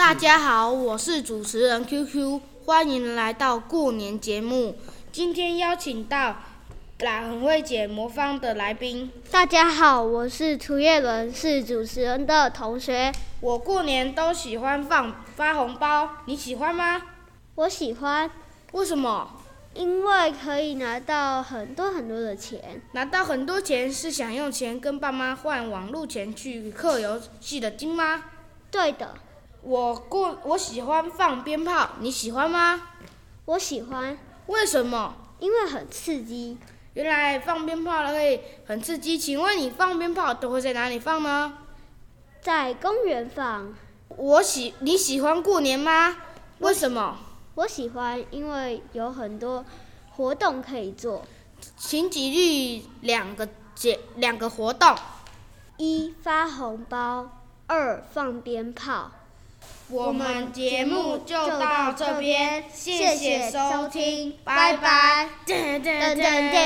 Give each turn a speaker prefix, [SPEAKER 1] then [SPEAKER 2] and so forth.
[SPEAKER 1] 大家好，我是主持人 QQ，欢迎来到过年节目。今天邀请到啦很会解魔方的来宾。
[SPEAKER 2] 大家好，我是涂叶伦，是主持人的同学。
[SPEAKER 1] 我过年都喜欢放发红包，你喜欢吗？
[SPEAKER 2] 我喜欢，
[SPEAKER 1] 为什么？
[SPEAKER 2] 因为可以拿到很多很多的钱。
[SPEAKER 1] 拿到很多钱是想用钱跟爸妈换网路钱去氪游戏的金吗？
[SPEAKER 2] 对的，
[SPEAKER 1] 我过我喜欢放鞭炮，你喜欢吗？
[SPEAKER 2] 我喜欢，
[SPEAKER 1] 为什么？
[SPEAKER 2] 因为很刺激。
[SPEAKER 1] 原来放鞭炮会很刺激，请问你放鞭炮都会在哪里放呢？
[SPEAKER 2] 在公园放，
[SPEAKER 1] 我喜你喜欢过年吗？为什么？
[SPEAKER 2] 我喜欢，因为有很多活动可以做。
[SPEAKER 1] 请举例两个节两个活动。
[SPEAKER 2] 一发红包，二放鞭炮。
[SPEAKER 1] 我
[SPEAKER 2] 们节目就到这边谢谢收听拜拜
[SPEAKER 1] 噔噔
[SPEAKER 2] 噔噔